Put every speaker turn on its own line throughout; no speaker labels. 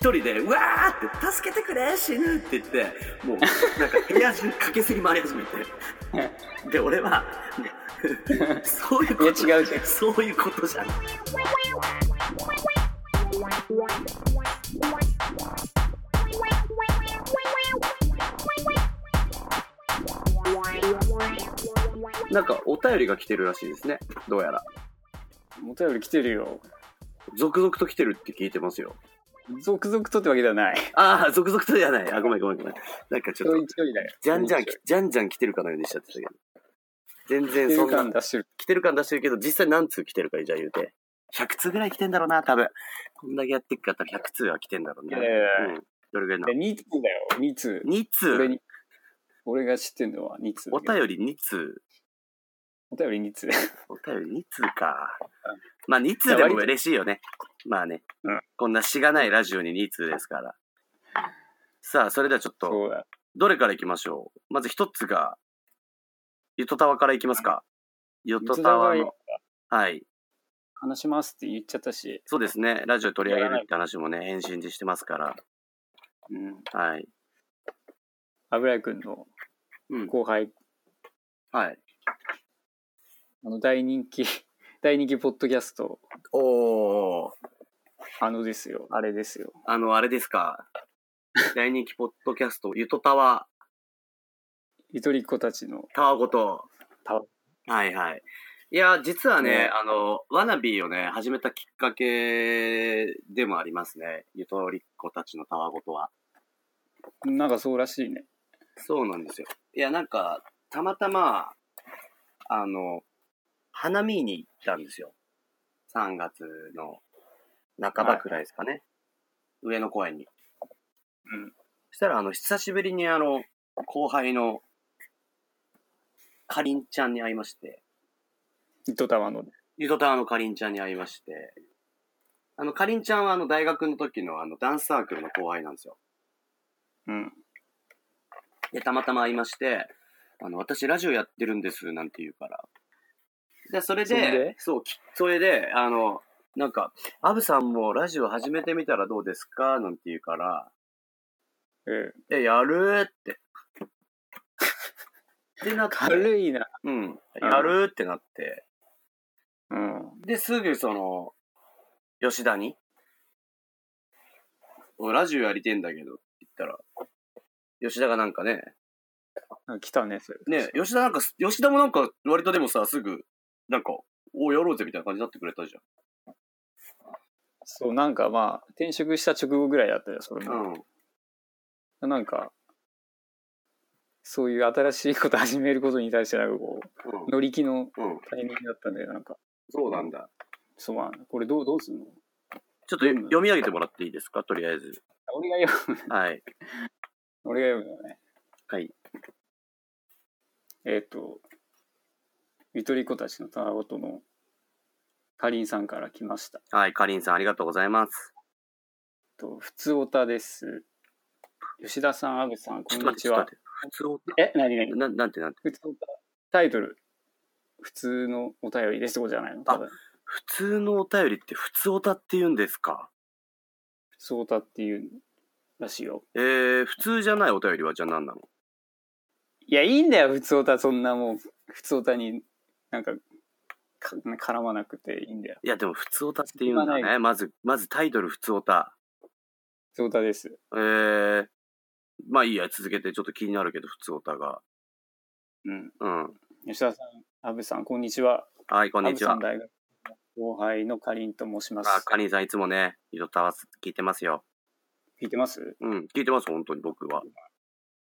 人で、うわーって、助けてくれ、死ぬって言って、もう、なんか部屋中駆けずり回り始め て。で、俺は、そういうこと
いや違うじゃん
そういうことじゃん。
なんかお便りが来てるらしいですね。どうやら。
お便り来てるよ。
続々と来てるって聞いてますよ。
続々とってわけではない。
ああ、続々とじゃない。あ、ごめんごめんごめん。なんかち
ち
ょ
ょ
っ
い
と、
ちょいだよ。
じゃんじゃん、
来
きじゃんじゃん来てるかのようにしちゃってたけど。全
て
然そ
る
んな
感、出してる。
来てる感出してるけど、実際何通来てるかじゃあ言うて。100通ぐらい来てんだろうな、多分。こんだけやってっかったら100通は来てんだろう
い
な。
やいやいや
うん。どれぐらいな
で、2通だよ、2通。
の ?2
俺
通
に俺が知ってるのは2通だ
お
けど。
便り2通
お便り2通。
お便り2通か。まあ2通でも嬉しいよね。まあね、
うん
こんなしがないラジオに2通ですから。さあ、それではちょっと、
そうだ。
どれからいきましょうまず1つが、ゆとたわからいきますか。ゆとたわ
ゆと
の。はい。
話しますって言っちゃったし。
そうですね。ラジオ取り上げるって話もね、返信でしてますから。
うん。
はい。
油井くんの
うん
後輩、
はい。
あの、大人気、 大人気ポッドキャスト、
おー。
あのですよ、あれですよ。
あの、あれですか。大人気ポッドキャスト、ゆとたわ、
ゆとりっ子たちの、
たわごと。
たわ
はいはい。いや、実はね、
ね
あの、ワナビーをね、始めたきっかけでもありますね。ゆとりっ子たちのたわごとは。
なんかそうらしいね。
そうなんですよ。いや、なんか、たまたま、あの、花見に行ったんですよ。3月の半ばくらいですかね。上野公園に。
うん。
そしたら、あの、久しぶりにあの、後輩の、かりんちゃんに会いまして。
糸玉の。
ゆとたわのかりんちゃんに会いまして、あの、かりんちゃんはあの、大学の時のあの、ダンスサークルの後輩なんですよ。
うん。
で、たまたま会いまして、あの、私ラジオやってるんです、なんて言うから。で、それで、
そんで
そう、きそれで、あの、なんか、アブさんもラジオ始めてみたらどうですかなんて言うから、
うん。
え、やるー って。ってなって、
軽いな。
うん、やるーってなって、
うん。
で、すぐその、吉田に、おラジオやりてんだけどって言ったら、吉田がなんかね、
あ来たね、それ。
ね、吉田なんかす、吉田もなんか、割とでもさ、すぐ、なんか、おやろうぜみたいな感じになってくれたじ
そう、なんかまあ、転職した直後ぐらいだったよ、それ
ゃん。
も。
うん。
なんか、そういう新しいこと始めることに対して、なんかこう、乗り気の
うん。
タイミングだったんで、なんか、
そうなんだ。
そうまあ、これどう、どうすんの
ちょっと読み上げてもらっていいですか、とりあえず。
俺が読む、
はい。
俺が読むのね。
はい。
えっ、と、ゆとり子たちのたわごとの、かりんさんから来ました。
はい、かりんさん、ありがとうございます。
えっと、ふつおたです。吉田さん、あぶさん、こ
ちょ
ん
っと待
に
って、
ち
ちょっ
は
と待。って。普通おた
え、なになに
ななんてなんて。
普通のタイトル普通のお便りですとこじゃないの多分
普通のお便りって、普通おたって言うんですか
普通おたっていうらしいよ
えー、普通じゃないお便りは、じゃあ何なの
いやいいんだよ普通おたそんなもう普通おたになんかか絡まなくていいんだよ
いや、でも、普通おたって言うんだ
言わな
ね。まず、まずタイトル、普通おた。
普通おたです
えー、まあいいや、続けて、ちょっと気になるけど、普通おたが。
うん
うん。
吉田さん阿部さんこんにちは
はい、こんにちは
阿部。さん大学の後輩のかりんと申します
あ、かりんさんいつもね、井戸タワス聞いてますよ。
聞いてます
うん、聞いてます、本当に僕は。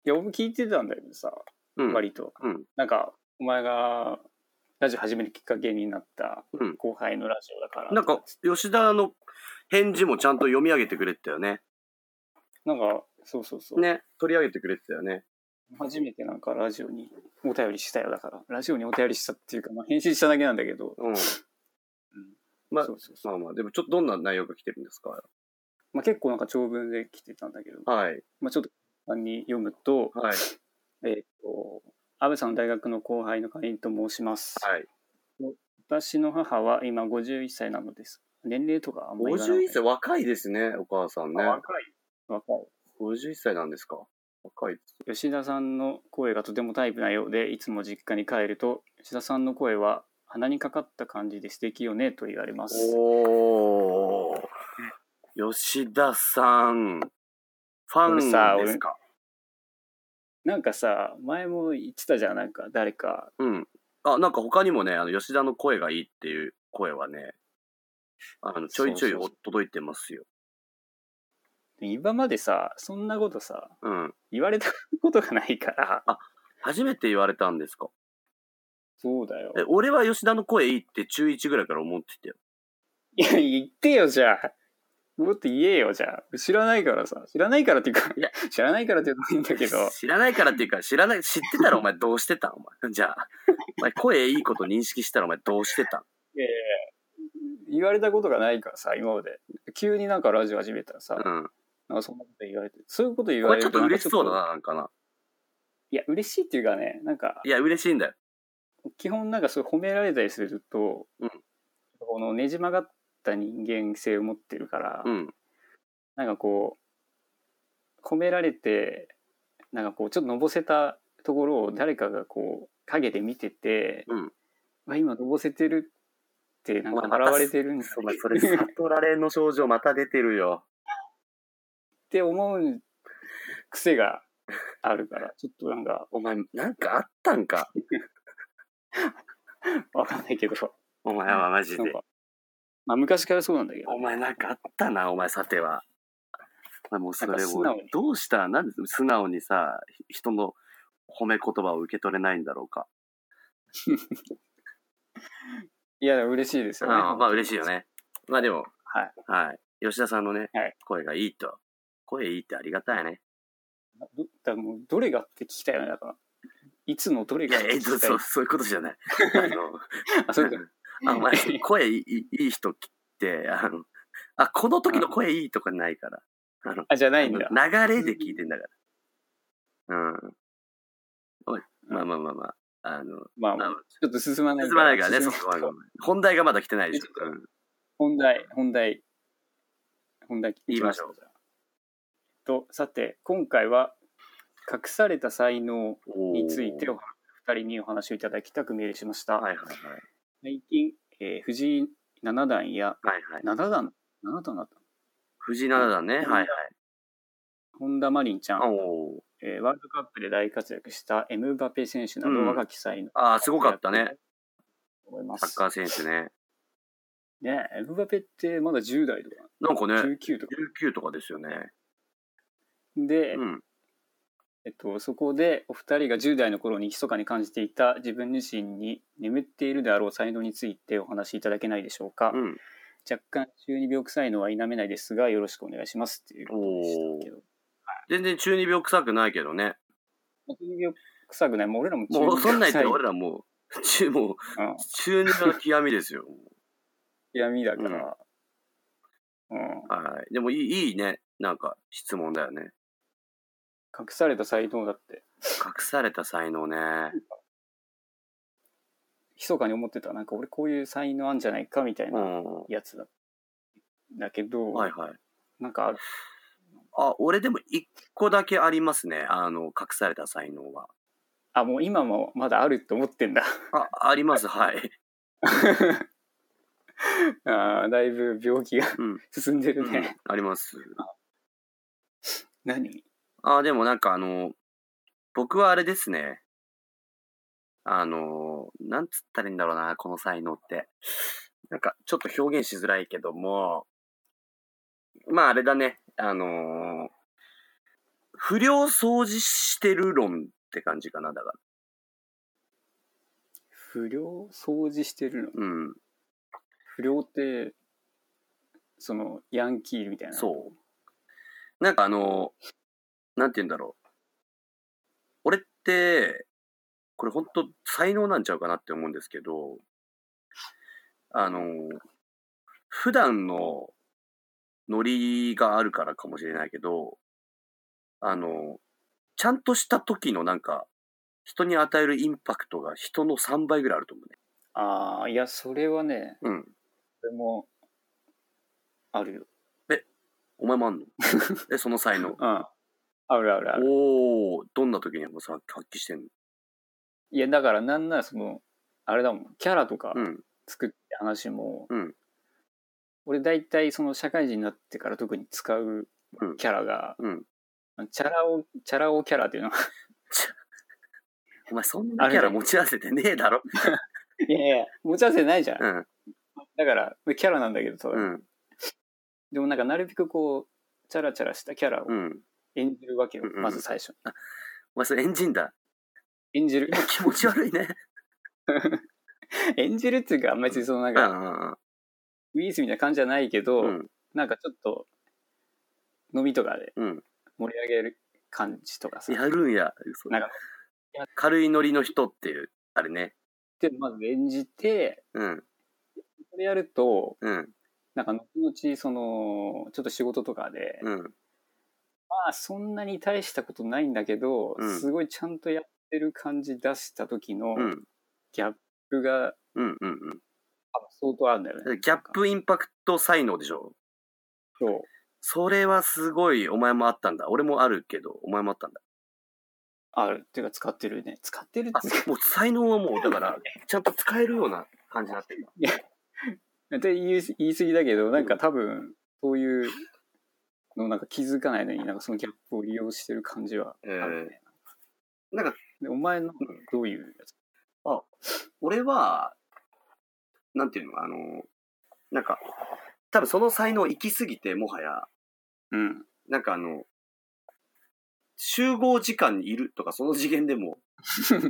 いや僕聞いてたんだけどさ
うん。
割と、
うん
なんかお前がラジオ始めるきっかけになった
うん
後輩のラジオだから、
なんか、吉田の返事もちゃんと読み上げてくれてたよね。
なんかそうそうそう、
ね、取り上げてくれてたよね。
初めてなんかラジオにお便りしたよだからラジオにお便りしたっていうか、まあ、返信しただけなんだけど、
うん。まあ
そうそうそう
まあまあ、でもちょっとどんな内容が来てるんですか
まあ、結構なんか長文で来てたんだけど、
はい。
まあ、ちょっと簡単に読むと
はい。
えっ、と安倍さんの大学の後輩のかりんと申します、
はい。
私の母は今51歳なのです年齢とかあんまり言わない。
51歳、若いですね、お母さんね。
若い。
若い。
51歳なんですか。若いです。
吉田さんの声がとてもタイプなようでいつも実家に帰ると吉田さんの声は鼻にかかった感じで素敵よねと言われます
おー。吉田さん。ファンですか
なんかさ前も言ってたじゃんなんか誰か
うん。あ、なんか他にもね、あの、吉田の声がいいっていう声はね、あの、ちょいちょい
そうそう
届いてますよ。
今までさそんなことさ
うん。
言われたことがないから
初めて言われたんですか
そうだよ
え、俺は吉田の声いいって中1ぐらいから思ってたよ。
いや言ってよじゃあもっと言えよじゃあ知らないからさ知らないからっていうか
いや
知らないからって言うといいんだけど
知らないからっていうか、知らない、知ってたらお前どうしてたんお前。じゃあ、お前声いいこと認識したらお前どうしてたん
いやいやいや言われたことがないからさ今まで急になんかラジオ始めたらさ、
うん。
なんかそんなこと言われて、そういうこと言
こ
わ
れ
れ
ちょ
る
っと嬉しそうだ
なんかちょ
な、なんかな。
っといや、嬉しいっていうかね、なんか
い、や、嬉しいんだよ。
基本なんかそういう褒められたりすると、
うん
このねじ曲がった人間性を持ってるから、
うん。
なんかこう、褒められて、なんかこう、ちょっとのぼせたところを誰かがこう、影で見てて、
うん
わ今のぼせてるって、なん
お前ま
か
た
現れてるんだ
それ、それ、悟られの症状また出てるよ。
って思う癖があるから、ちょっとなんか、
お前、なんかあったんか。
わかんないけど、
お前はマジ
なん
で。
か、まあ昔からそうなんだけど、
お前なんかあったな、お前さては。お前もうそ
な
れ
んか素直
を
に、
どうしたなんで素直にさ、ひ人の褒め言葉を受け取れないんだろうか。
いや、嬉しいですよね。
ああまあ嬉しいよ。ね。まあでも、
はい。
はい。吉田さんのね、
はい
声がいいと。声いいってありがたいね。
どだからもうどれがって聞きたいよね、だから。いつのどれ
い
が
や
って、
え
聞
っと、
きたい。
そう、そういうことじ ゃない。
あ、
あ
そう
の
か。、
あお前、声いいいい人って、あの、あ、この時の声いいとかないから。あの、
あ、じゃないんだ。
流れで聞いてんだから。うん。おい、まあまあまあまあ。あの、
まあ、
まあ
ちょっと進まない
進まないからね、そ
進
こ
ま
は
ない。
本題がまだ来てないでしょ。うん
本題、本題。本題
言いましょう
行きと、さて、今回は、隠された才能についてお二人にお話をいただきたくメールしました。
はいはいはい。
最近、えー藤井七段や、
はいはい。
七段七段だった
藤井七段ね。はいはい。
本田真凛ちゃん、
おー
えーワールドカップで大活躍したエムバペ選手な
う
ど
ん
若き才能
ああ、すごかったね。。
思いま
サ
す
ッ。カー選手ね。
ねエムバペってまだ10代とか、
なんかね、
19とか。
19とかですよね。
で、
うん。
えっと、そこでお二人が10代の頃に密かに感じていた自分自身に眠っているであろう才能についてお話しいただけないでしょうか。
うん。
若干中二病臭いのは否めないですがよろしくお願いしますっていうことでしたけど。
全然中二病臭くないけどね。
中二病臭くない。もう俺らも中
も
二
う、
病
そんなん言
臭
っ
い
て俺らもう、中、もう、
うん
中二病の極みですよ。
闇だから。うん
はい。でもいい、いいね。なんか、質問だよね。
隠された才能だって
隠された才能ね。。
密かに思ってたなんか俺こういう才能あんじゃないかみたいうなん
は
やつだ,、だけど、
いはい。
なんかある
あ、俺でも一個だけありますね。あの、隠された才能は。
あもう今もまだあるって思ってんだ
あ、あります、はい。
あーだいぶ病気が
うん
進んで
う
る
ん
ね、、
あります。
何
あ、でもなんかあの、僕はあれですね。あの、なんつったらいいんだろうな、この才能って。なんか、ちょっと表現しづらいけども、まああれだね、あの、不良掃除してる論って感じかな、だから。
不良掃除してるの
うん、
不良ってそのヤンキーみたいな
そう。なんかあの、なんて言うんだろう。俺って、これ本当才能なんちゃうかなって思うんですけど、あの、普段のノリがあるからかもしれないけど、あの、ちゃんとした時のなんか、人に与えるインパクトが人の3倍ぐらいあると思うね。
ああいやそれはね
うん。
俺もあるよ。
お前も あんのえ、その才能。
うん。あるあるある。
おおどんな時にもさ、発揮してんの
いや、だからなんならその、あれだもん、キャラとか
うん。
作って話も、
うん
俺大体その社会人になってから特に使う
うん
キャラが、
うん
チャラ男、チャラ男キャラっていうのは、
お前そんなキャラ持ち合わせてねえだろ。
いやいや、持ち合わせてないじゃん。
うん。
だから、キャラなんだけどさ、
うん。
でもなんかなるべくこう、チャラチャラしたキャラを
うん。
演じるわけよ、
うんうん
まず最初に。
お前それエンジンだ。
演じる。
気持ち悪いね。
演じるっていうか、あんまりそのなん
う
か、
んうんうん。
ウィースみたいな感じじゃないけど、
うん
なんかちょっと、飲みとかで
うん
盛り上げる感じとかさ、
やるんや。嘘
なんか
軽いノリの人っていう、あれね。
でまず演じて、
うん。
それやると、
うん。
なんか後々、その、ちょっと仕事とかで、
うん。
まあそんなに大したことないんだけど、
うん
すごいちゃんとやってる感じ出した時の
うん。
ギャップが
うん。うん。
相当あるんだよね。
うん。ギャップ、インパクト、才能でしょ。
そう
それはすごい、お前もあったんだ。俺もあるけど、お前もあったんだ。
あるっていうか使ってるね。使ってる
あ
っていう、
もう才能はもう、だから、ちゃんと使えるような感じになってるん だ。
かで言い言い過ぎだけど、なんか多分そういうのなんか気づかないのになんかそのギャップを利用してる感じはあるね。
なんか、
でお前のどういうやつ
俺は、なんていうの、あの、なんか、多分その才能行き過ぎて、もはや、
うん。
なんかあの、集合時間にいるとか、その次元で も、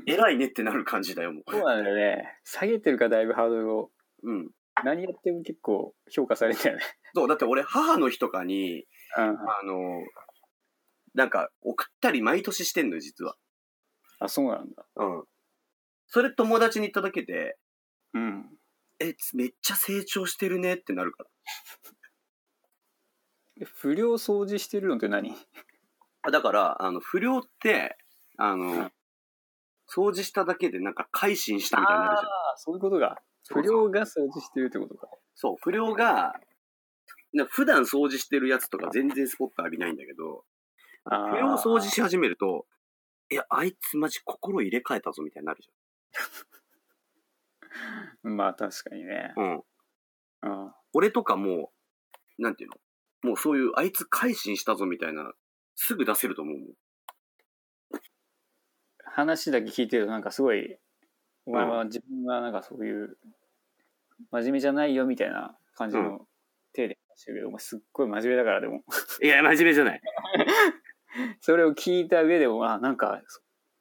偉いねってなる感じだよ、も
そうなんだよね。下げてるかだいぶハードルを。
う。うん。
何やっても結構評価されたよね。
そう、だって俺、母の日とかに、
うん。
あの、なんか、送ったり毎年してんのよ、実は。
あ、そうなんだ。
うん。それ友達に届けて、
うん。
え、めっちゃ成長してるねってなるから。
不良掃除してるのって何
あだから、あの、不良って、あ
うん
の、掃除しただけでなんか改心したみたいになるじゃん。
あそういうことか。
そう
不
そう
良が掃除してるってことか。
そう、不良が、な普段掃除してるやつとか全然スポット浴びないんだけど、
あ
不良を掃除し始めると、いや、あいつマジ心入れ替えたぞみたいになるじ
まあ確かにね。
ゃん。うん。
うん。
俺とかもう、なんていうのもうそういう、あいつ改心したぞみたいな、すぐ出せると思うもん。
話だけ聞いてるとなんかすごい、お前は自分はなんかそういう、真面目じゃないよみたいな感じ
う
の手で話してるけど、お前すっごい真面目だからでも。
いや、真面目じゃない。
それを聞いた上でも、あ、なんか、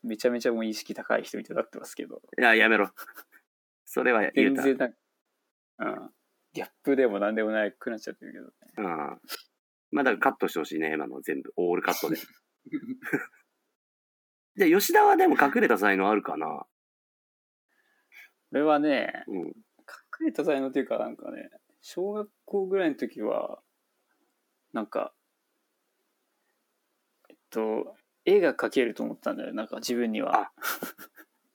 めちゃめちゃもう意識高い人みたいになってますけど。
いや、やめろ。それは言え
全
た。
然なんか、うん。ギャップでもなんでもないくなっちゃってるけどね。
うん。まあ、だからカットしてほしいね、今の全部。オールカッ トで。で、吉田はでも隠れた才能あるかな。
これはね、
うん。
隠れた才能っていうかなんかね小学校ぐらいの時はなんかえっと絵が描けると思ったんだよなんか自分には
あ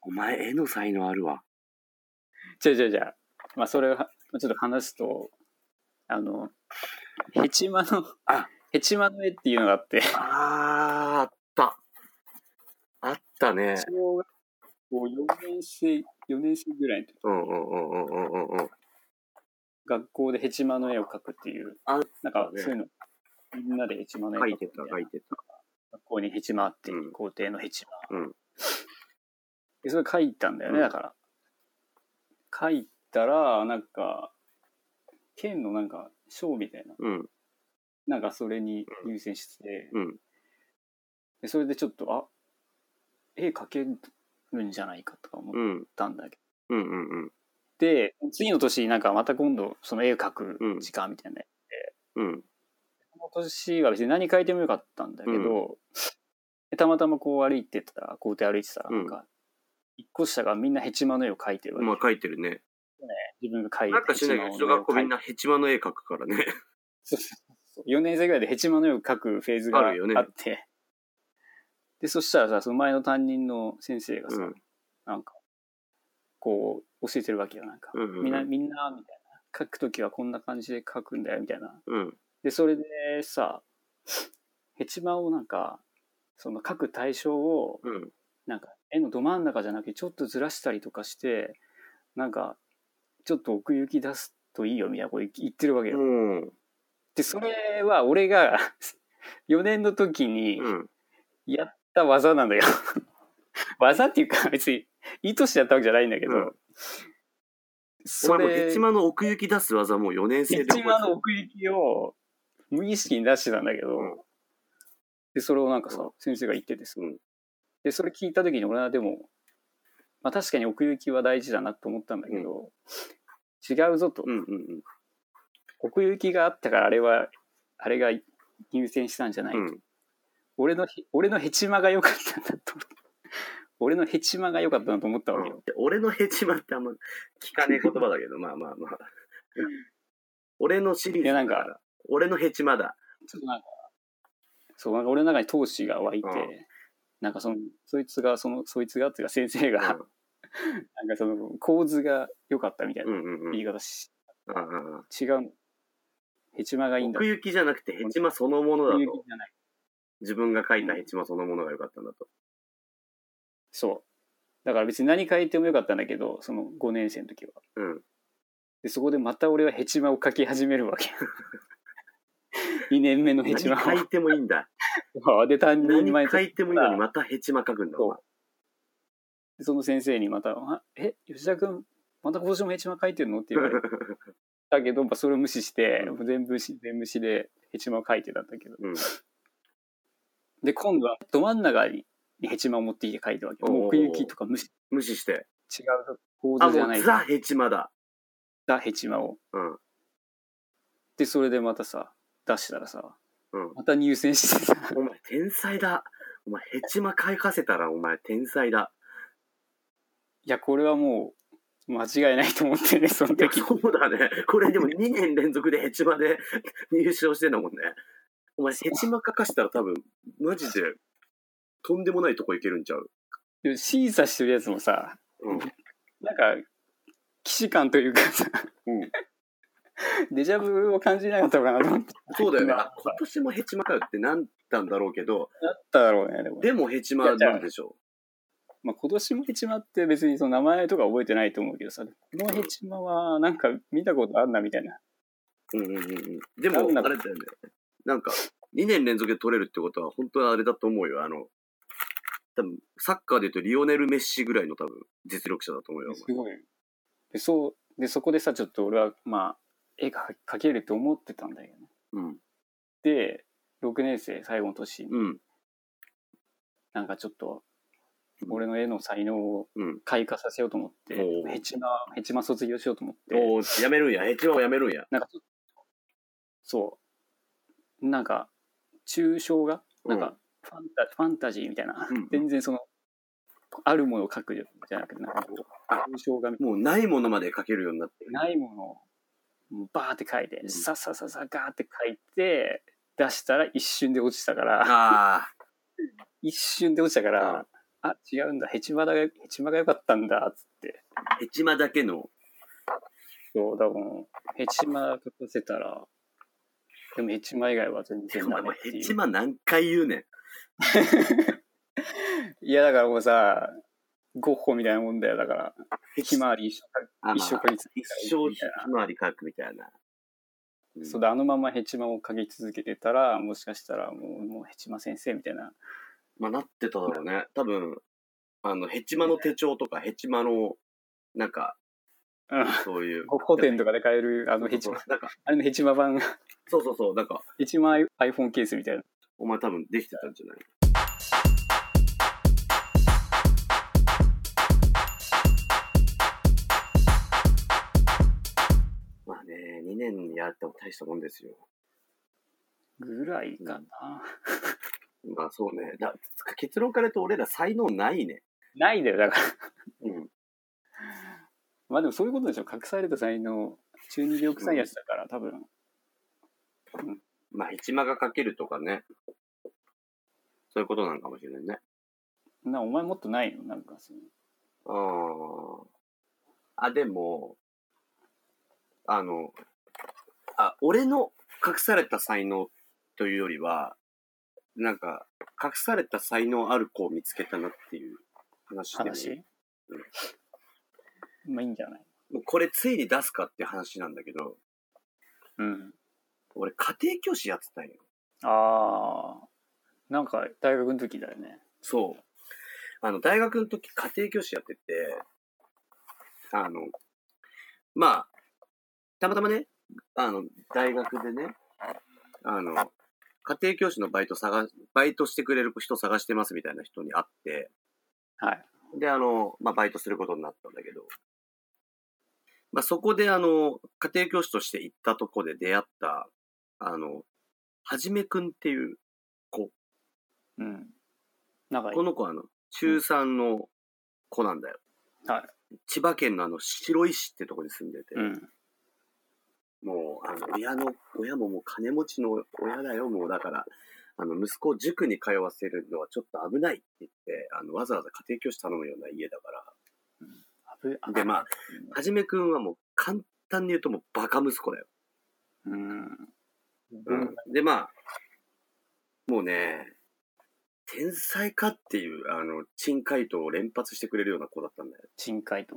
お前、絵の才能あるわ。
じゃじゃじゃまあそれはちょっと話すとあのヘチマの
あ
ヘチマの絵っていうのがあって
あー、あった。あったね。
小学校4年生4年生ぐらいの時
うんうんうんうんうんうんうん。
学校でヘチマの絵を描くっていう
あ
なん
そ
か
うね
そういうのみんなでヘチマの絵
書
描
い
くみ
てた
たい
書
な
いてた。
学校にヘチマあって、
うん
校庭のヘチマ、
うん
でそれ書いたんだよね、
うん
だから書いたらなんか県のなんか賞みたいな
うん
なんかそれに入選して、
うん。
でそれでちょっとあ絵描けるんじゃないかとか思っ
うん
たんだけど、
うんうんうん。
で次の年なんかまた今度その絵を描く時間みたいな、
うん
その年は別に何書いてもよかったんだけど、でたまたまこう歩いてたら校庭歩いてたらなんか、一個下がみんなヘチマの絵を描いてるわけ、
まあ書いてるね。
自分が描いて
なんかしないけど、うちの学校みんなヘチマの絵描くからね。
4年生ぐらいでヘチマの絵を描くフェーズがあ
あ
っ
る
て
よね
でそしたらさその前の担任の先生がさ、
うん
なんかこう教えてるわけよなんか、
うんうんうん
みんなみんなみたいな書くときはこんな感じで書くんだよみたいな。
うん。
で、それでさ、ヘチマをなんか、その書く対象を、
うん。
なんか絵のど真ん中じゃなくてちょっとずらしたりとかして、なんか、ちょっと奥行き出すといいよみたいなこと言ってるわけよ。
うん。
で、それは俺が4年の時に
うん。
やった技なんだよ。 技っていうか別に意図してやったわけじゃないんだけど、
うんお
そ
前もう
れ、
ヘチ
ヘ
マの奥行き出す技もう4年生で覚え
チ
てた
マの奥行きを無意識に出してたんだけど、
うん
で、それをなんかさ、
う
先生が言っててさ、
うん
で、それ聞いた時に俺はでも、まあ確かに奥行きは大事だなと思ったんだけど、違うぞと、
うんうんうん。
奥行きがあったからあれは、あれが優先したんじゃない、
うん
俺のへ、俺のヘチマが良かったんだと思 った。俺のヘチマが良かったなと思ったわけよ。
で俺のヘチマってあんま聞かねえ言葉だ けど、まあまあまあ。俺のシリーズ
いやな
だ
ん
か、
から
俺のヘチマだ。
ちょっとなんか、そう、なんか俺の中に闘志が湧いて、
うん
なんかその、そいつが、その、そいつがっていうか先生
う
が、なんかその、構図が良かったみたい
ん
な
うんうんうん
言い方し、
うんうん
違う。ヘチマがいいんだ。
奥行きじゃなくてヘチマそのものだ
奥行
と
き。じゃない
自分が書いたヘチマそのものが良かったんだと。
そう。だから別に何書いてもよかったんだけど、その5年生の時は。
うん。
で、そこでまた俺はヘチマを書き始めるわけ。2年目のヘ
何
チマ
書いてもいいん だ。
を。で、担任
何
に前
書
と
いてもいいのにまたヘチマ書くんだ。お前
その先生にまたあ「え吉田君また今年もヘチマ書いてるの?」って言われたけど、まあ、それを無視して
う
全部し全無視でヘチマを書いてたんだけど
うん。
で今度はど真ん中にヘチマを持ってきて書いたわけ
おー
もう奥行きとか無視
無視して。
違う構
あ、
図じゃ
も
ないう
ザヘチマだ。
ザヘチマを
うん。
でそれでまたさ出したらさ
うん。
また入選してさ
お前天才だ。お前ヘチマ書かせたらお前天才だ。
いやこれはもう間違いないと思ってねその
いや、
時
そうだね。これでも2年連続でヘチマで入賞してんだもんね。お前ヘチマ書かしたら多分、マジで、とんでもないとこ行けるんちゃう。
で審査してるやつもさ
うん。
なんか、既視感というかさ、
うん
デジャブを感じなかったのかなと思って。
そうだよね。
な
あ今年もヘチマかよってなんだんだろうけど、
っただろうね、でも。
でもヘチマなんでしょ
まあ、今年もヘチマって別にその名前とか覚えてないと思うけどさ、このヘチマはなんか見たことあんなみたいな。
う。うんうんうんうん。で
な
も、
んだ
あれだよね。なんか、2年連続で取れるってことは、本当はあれだと思うよ。あの、多分サッカーで言うとリオネル・メッシぐらいの多分、実力者だと思うよ。お前
すごい。で、そう、で、そこでさ、ちょっと俺はまあ、絵が描けるって思ってたんだけどね。
うん。
で、6年生最後の年に、
うん。
なんかちょっと
う、ん
俺の絵の才能を
うん
開花させようと思って、
おう
ヘチマ、ヘチマ卒業しようと思って、
おーやめるんや。ヘチマをやめるんや。
なんかちょっと、そう、なんか、抽象画なんかファンタ、ファンタジーみたいな、
うんうん
全然その、あるものを描くじゃなくて、なんかこう、
あ
抽象画みたい
もうないものまで書けるようになってる。
な、ないものをもうバーって描いて
う、ん
ささささガーって描いて、出したら一瞬で落ちたから、
あ
一瞬で落ちたから、あ、違うんだ、ヘチマだが、ヘチマが良かったんだ、つって。
あ、ヘチマだけの。
そう、だからもう、ヘチマ描かせたら、でもヘチマ以外は全然
お前
ダ
も
メ
う
って
ヘ
いう
チ。マ何回言うねん。
いやだからもうさゴッホみたいなもんだよだからひまわり一
あ
生一生かぎつ
一生ひまわり書くみたいな。うん
そうだあのままヘチマをかぎ続けてたらもしかしたらもうもうヘチマ先生みたいな
まあなってただろうね。多分、あの、ヘチマの手帳とか、ヘチマの、なんか、
うん
そういう。
ゴッホ店とかで買えるあのヘチ
そう
マ
そうなんか、
あれのヘチマ版
そうそうそう、なんか、
ヘチマ iPhone ケースみたいな
お前多分できてたんじゃないまあね、2年やっても大したもんですよ。
ぐらいかな、
まあそうね。だ結論から言うと俺ら才能ないね。
ないだよだから
うん。
まあでもそういうことでしょ隠された才能中二病臭いやつだから多分
まあ、ヘチマがかけるとかね。そういうことなのかもしれないね。
なお前もっとないのなんかその
ああ。あ、でも、あの、あ、俺の隠された才能というよりは、なんか、隠された才能ある子を見つけたなっていう話でも
話、まあいいんじゃない
もうこれついに出すかって話なんだけど、
うん。
俺家庭教師やってたんよ。
ああ。なんか大学の時だよね。
そう。あの、大学の時家庭教師やってて、あの、まあ、たまたまね、あの、大学でね、あの、家庭教師のバイト探し、バイトしてくれる人探してますみたいな人に会って、
はい。
で、あの、まあ、バイトすることになったんだけど、まあ、そこで、あの、家庭教師として行ったとこで出会った、あの、はじめくんっていう、
うん。なんかいい
この子はあの、中3の子なんだよ。
は
千葉県のあの、白井市ってとこに住んでて、
うん。
もう、あの、親の、親ももう金持ちの親だよ、もうだから、あの、息子を塾に通わせるのはちょっと危ないって言って、あの、わざわざ家庭教師頼むような家だから、
危危
でまあはじめくんはもう簡単に言うともうバカ息子だよ。
うん。
うん、で、まあ、もうね、天才かっていう、あの、珍回答を連発してくれるような子だったんだよ。
深海と。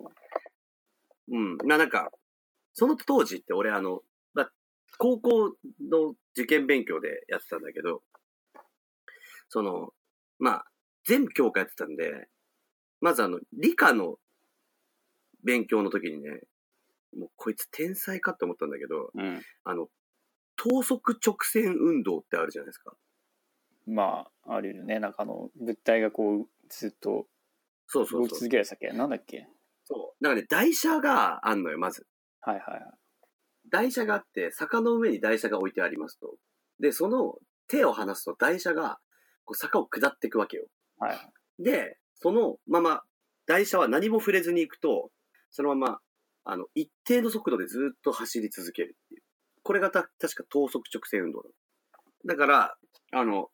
うん。な、なんか、その当時って俺、あの、まあ、高校の受験勉強でやってたんだけど、その、まあ、全部教科やってたんで、まずあの、理科の勉強の時にね、もうこいつ天才かって思ったんだけど、
うん。
あの、等速直線運動ってあるじゃないですか。
まあ、あるよね。なんかあの、物体がこう、ずっと
そうそ
動
う
き
そう。
続けるやつだっけなんだっけ
そう。だからね、台車があんのよ、まず。
はいはいはい。
台車があって、坂の上に台車が置いてありますと。で、その手を離すと台車がこう坂を下っていくわけよ。
はい。
で、そのまま台車は何も触れずに行くと、そのままあの一定の速度でずっと走り続けるっていう。これがた確か等速直線運動だ。だから、あの、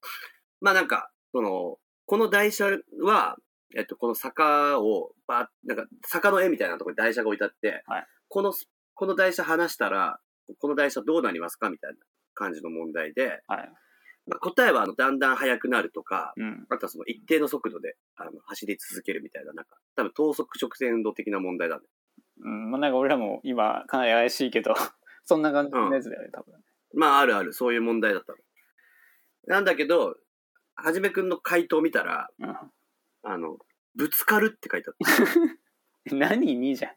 まあなんか、その、この台車は、えっと、この坂を、ばなんか、坂の絵みたいなところに台車が置いてあって、
はい
この、この台車離したら、この台車どうなりますかみたいな感じの問題で、
はい。
まあ、答えはあのだんだん速くなるとか、
うん。
あとはその一定の速度であの走り続けるみたいな、なんか、多分等速直線運動的な問題だね。
うん、まあなんか俺らも今、かなり怪しいけど、そんな感じのやつだよね、多分。
まあ、あるある、そういう問題だったの。なんだけど、はじめくんの回答を見たら、
うん。
あの、ぶつかるって書いてあった。
何にじゃん。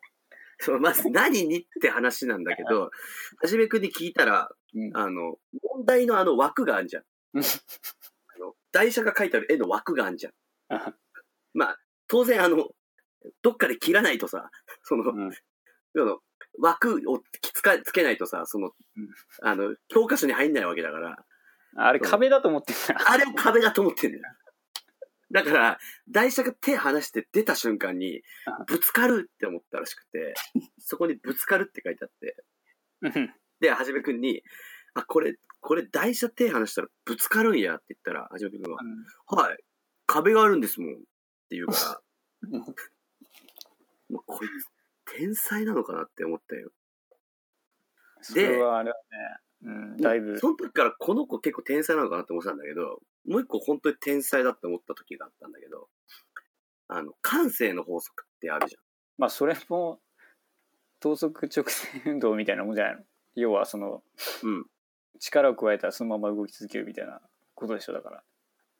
そうまず何にって話なんだけど、はじめくんに聞いたら、
うん
あの、問題のあの枠があるじゃん。
うん
あの台車が書いてある絵の枠があるじゃん。
あ
まあ、当然あの、どっかで切らないとさ、その、
うん
その枠をつかつけないとさ、その、あの、教科書に入んないわけだから、
あれ壁だと思ってんだ。
あれを壁だと思ってんだよ。だから、台車が手離して出た瞬間に
あ、
ぶつかるって思ったらしくて、そこにぶつかるって書いてあって、
うん
で、はじめくんに、あ、これ、これ台車手離したらぶつかるんやって言ったら、はじめくんが、はい、壁があるんですもんって言うから、 まあこいつ、天才なのかなって思ったよ。
それはあれだね。うん、だいぶ。
その時からこの子結構天才なのかなって思ってたんだけど、もう一個本当に天才だって思った時があったんだけど、あの、感性の法則ってあるじゃん。
まあそれも、等速直線運動みたいなもんじゃないの要はその、
うん
力を加えたらそのまま動き続けるみたいなことでしょ、だから。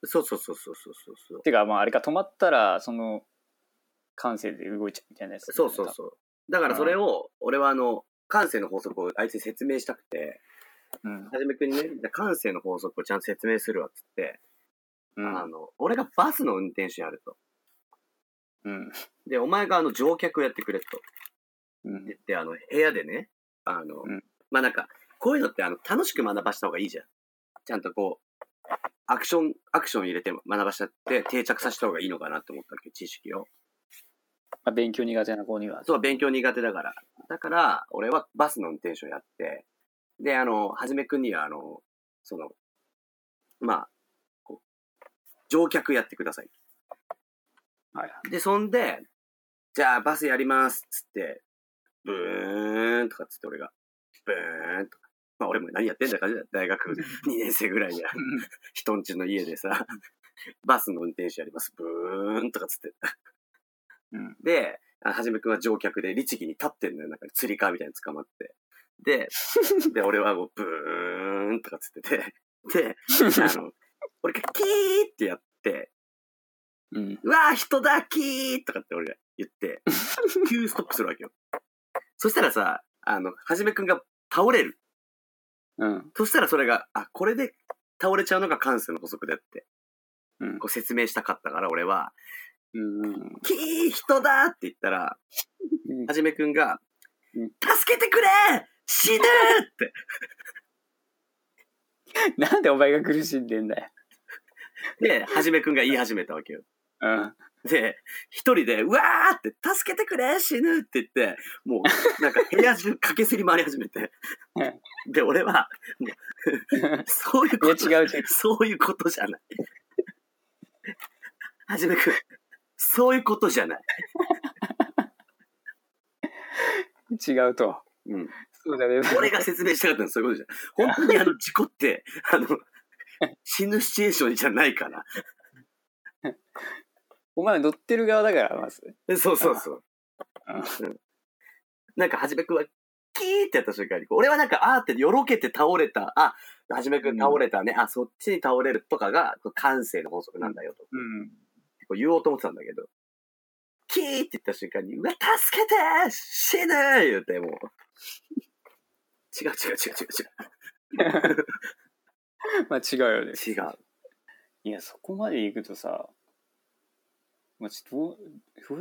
そうそうそうそうそうそうそう。
てかまああれか止まったらその感性で動いちゃうみたいなやつだ
そ
よ
う
ね、
そうそう。だからそれを、俺はあの、感性の法則をあいつに説明したくて、
多分
はじめくんにね、感性の法則をちゃんと説明するわっつって、
うん
あの、俺がバスの運転手やると。
うん
で、お前があの、乗客をやってくれと。
うん
言って、あの、部屋でね、あの、
うん
まあなんか、こういうのってあの楽しく学ばした方がいいじゃん。ちゃんとこう、アクション、アクション入れて学ばしちゃって定着させた方がいいのかなって思ったわけど、知識を。
まあ、勉強苦手な子には
そう、勉強苦手だから。だから、俺はバスの運転手をやって、で、あの、はじめくんには、あの、その、まあ、こう、乗客やってください。
はい
で、そんで、じゃあバスやりますっつって、ブーンとかっつって俺がブーンとか。まあ俺も何やってんだかじだよ大学2年生ぐらいに人んちの家でさ、バスの運転手やります。ブーンとかつって。
うん。
で、あはじめくんは乗客で律儀に立ってんのよ。なんか釣り革みたいに捕まって。で、で、俺はもうブーンとかつってて。で、あの、俺がキーってやって、
うん。
うわー人だキーとかって俺が言って、急ストップするわけよ。そしたらさ、あの、はじめくんが倒れる。
うん。
そしたらそれが、あ、これで倒れちゃうのが関数の補足だって、
うん
こう説明したかったから俺は、
うん。
キー人だって言ったら、
うん
はじめくんが
うん、
助けてくれ死ぬって。
なんでお前が苦しんでんだよ。
で、はじめくんが言い始めたわけよ。
うん。
で、一人で、うわーって、助けてくれ死ぬって言って、もう、なんか部屋中駆けずり回り始めて
は。
で、俺は、もうそういうこと、
いや違う違う
そういうことじゃない。はじめくん、そういうことじゃない。
違うと。
うん。
そうだね。
俺が説明したかったのはそういうことじゃない。本当にあの、事故って、あの、死ぬシチュエーションじゃないから。
お前乗ってる側だから、まず。
そうそうそう
あ。
うんなんか、はじめくんは、キーってやった瞬間に、こう俺はなんか、あーって、よろけて倒れた、あ、はじめくん倒れたね、あ、そっちに倒れるとかが、こう感性の法則なんだよと、
うん。
こう言おうと思ってたんだけど、キーって言った瞬間に、うわ、助けて死ぬ言うて、もう。違う違う違う
まあ違うよね。
違う違う。違う。
いや、そこまで行くとさ、まあちょっとど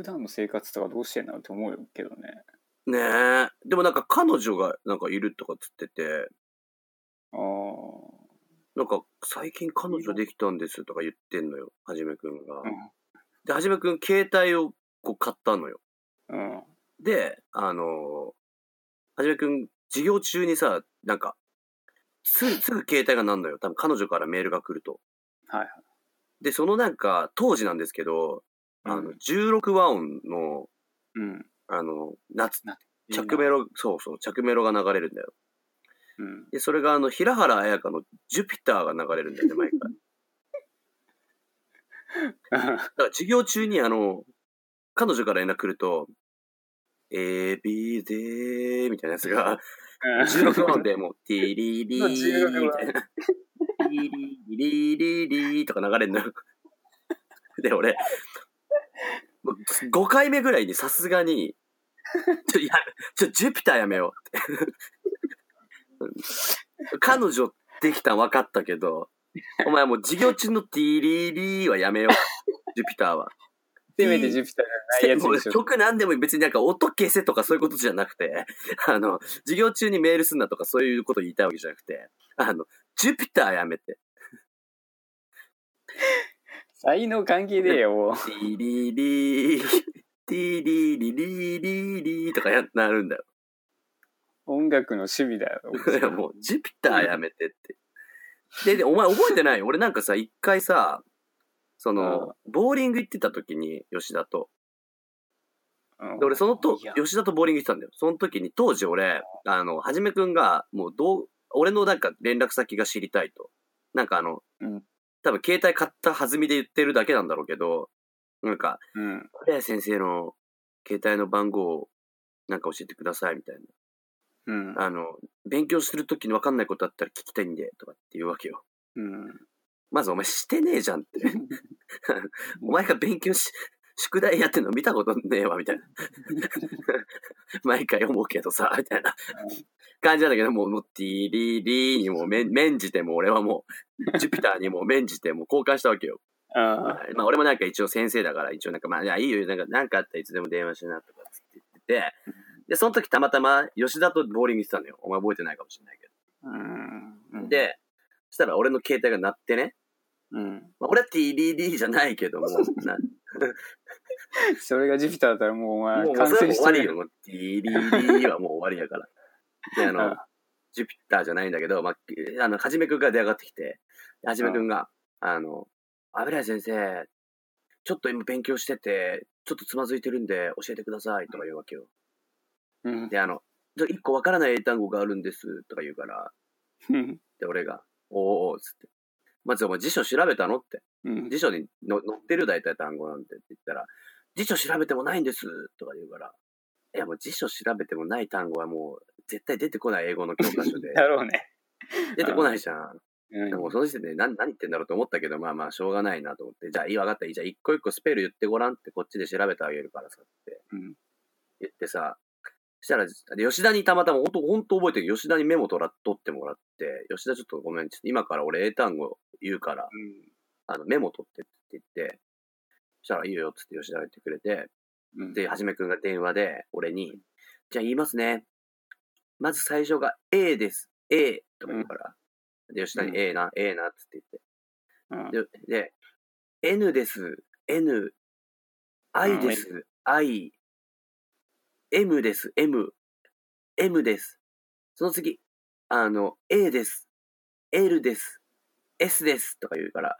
う、普段の生活とかどうしてんだろうって思うけどね。
ねえ。でもなんか、彼女がなんかいるとかつってて、
ああ。
なんか、最近彼女できたんですとか言ってんのよ、はじめくんが。
うん
で、はじめくん、携帯をこう買ったのよ。
うん。
で、あのーはじめくん、授業中にさ、なんか、すぐ、すぐ携帯が鳴んのよ。多分彼女からメールが来ると。
はいはい
で、そのなんか、当時なんですけど、あの、16和音の、
うん。
あの、夏、着
着
メ
ロ。
ロ、そうそう、着メロが流れるんだよ。
うん。
で、それがあの、平原綾香のジュピターが流れるんだよね、毎回。だから授業中にあの、彼女から連絡来ると、エビデーみたいなやつが、16音でもう、ティリリーみたいな。ティリリリリリーとか流れるのよ。で、俺、もう5回目ぐらいにさすがに、ちょ、やちょ、ジュピターやめようって。彼女できたん分かったけど、お前もう授業中のティリリーはやめよう。ジュピターは。
せめてジュピターじゃない
も
や
う
つでしょ。
曲なんでも別になんか音消せとかそういうことじゃなくて、あの、授業中にメールすんなとかそういうこと言いたいわけじゃなくて、あの、ジュピターやめて、
才能関係ねえよ、もう。
ティリリー、ティリリリリリーとかやなるんだよ。
音楽の趣味だ よ。
いやもう、ジュピターやめてって。で、で、お前覚えてない俺なんかさ、一回さ、その、ボーリング行ってた時に、吉田と。
うん
で俺そのと
いや
吉田とボーリングしてたんだよその時に当時俺あのはじめくんがもうどう俺のなんか連絡先が知りたいとなんかあの、
うん
多分携帯買った弾みで言ってるだけなんだろうけどなんか
うん。
「古谷先生の携帯の番号をなんか教えてください」みたい
うん。
な「あの勉強する時に分かんないことあったら聞きたいんで」とかって言うわけよ
うん。
まずお前してねえじゃん って。お前が勉強し、宿題やってんの見たことねえわ、 みたいな。毎回思うけどさ、みたいな感じなんだけど、もう、もう、ティリリーにも免免じて、もう俺はもう、ジュピターにも免じて、もう 交換したわけよ。
あ
まあ俺もなんか一応先生だから、一応なんか、まあいや、いいよ、なんか、なんかあったらいつでも電話しな、とかつって言ってて、で、その時たまたま吉田とボーリングしてたのよ。お前覚えてないかもしれないけ
あ。うん
ど。、で、そしたら俺の携帯が鳴ってね、
うん。
まあ、俺は TDD じゃないけど も、な
それがジュピターだったらもうお
も
前、
う、もう
完
それ
成
も
し
終
て
わ
る
り
よ。
よ。もう DDD はもう終わりやから。で、あの、ジュピターじゃないんだけど、まあ、あの、はじめくんが出上がってきて、はじめくんが、あの、あぶら先生、ちょっと今勉強してて、ちょっとつまずいてるんで教えてくださいとか言うわけよ。
うん。
で、あの、じゃあ一個わからない英単語があるんですとか言うから、
うん
で、俺が、おーおーっつって。まずお前辞書調べたのって。
うん
辞書にの載ってる大体単語なんてって言ったら、辞書調べてもないんですとか言うから、いやもう辞書調べてもない単語はもう絶対出てこない英語の教科
。
書で
だろうね。
出てこないじゃん。
うん
でもその時点で何何言ってんだろうと思ったけど、まあまあしょうがないなと思って、じゃあいいわかった、じゃあ一個一個スペル言ってごらんってこっちで調べてあげるからさって
うん
言ってさ、したら、で吉田にたまたま、ほんと、ほんと覚えてる。吉田にメモ取ら、取ってもらって、吉田ちょっとごめん、ちょっと今から俺英単語言うから、あの、メモ取ってって言って、そしたら、いいよっつって吉田が言ってくれて、
うん
で、はじめくんが電話で、俺に、じゃあ言いますね。まず最初が A です。A とか言うから。で、吉田
うん
に A な、A なっつって
うん
言って。で、で N です。N。I です。I。M です。M。M です。その次、あの、A です。L です。S です。とか言うから、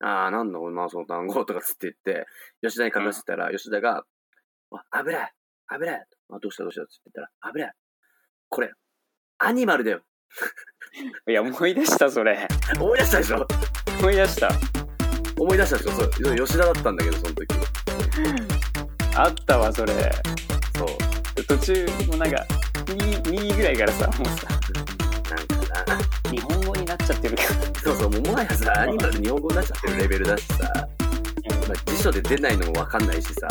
ああ、なんだ、まあ、その単語とかつって言って、吉田に書かせたら、吉田が、あ、危ない、危ない、あ、どうした、どうしたって言ったら、危ない、これ、アニマルだよ。
いや、思い出した、それ。
思い出したでしょ
思い出した。
思い出したでしょそうそう吉田だったんだけど、その時。
あったわ、それ。
そう。
途中、もうなんか、2、2ぐらいからさ、もうさ、
なんかな、
日本語になっちゃってるけ
そうそう、もうもはやさ、アニマル日本語になっちゃってるレベルだしさ、まあ辞書で出ないのもわかんないしさ、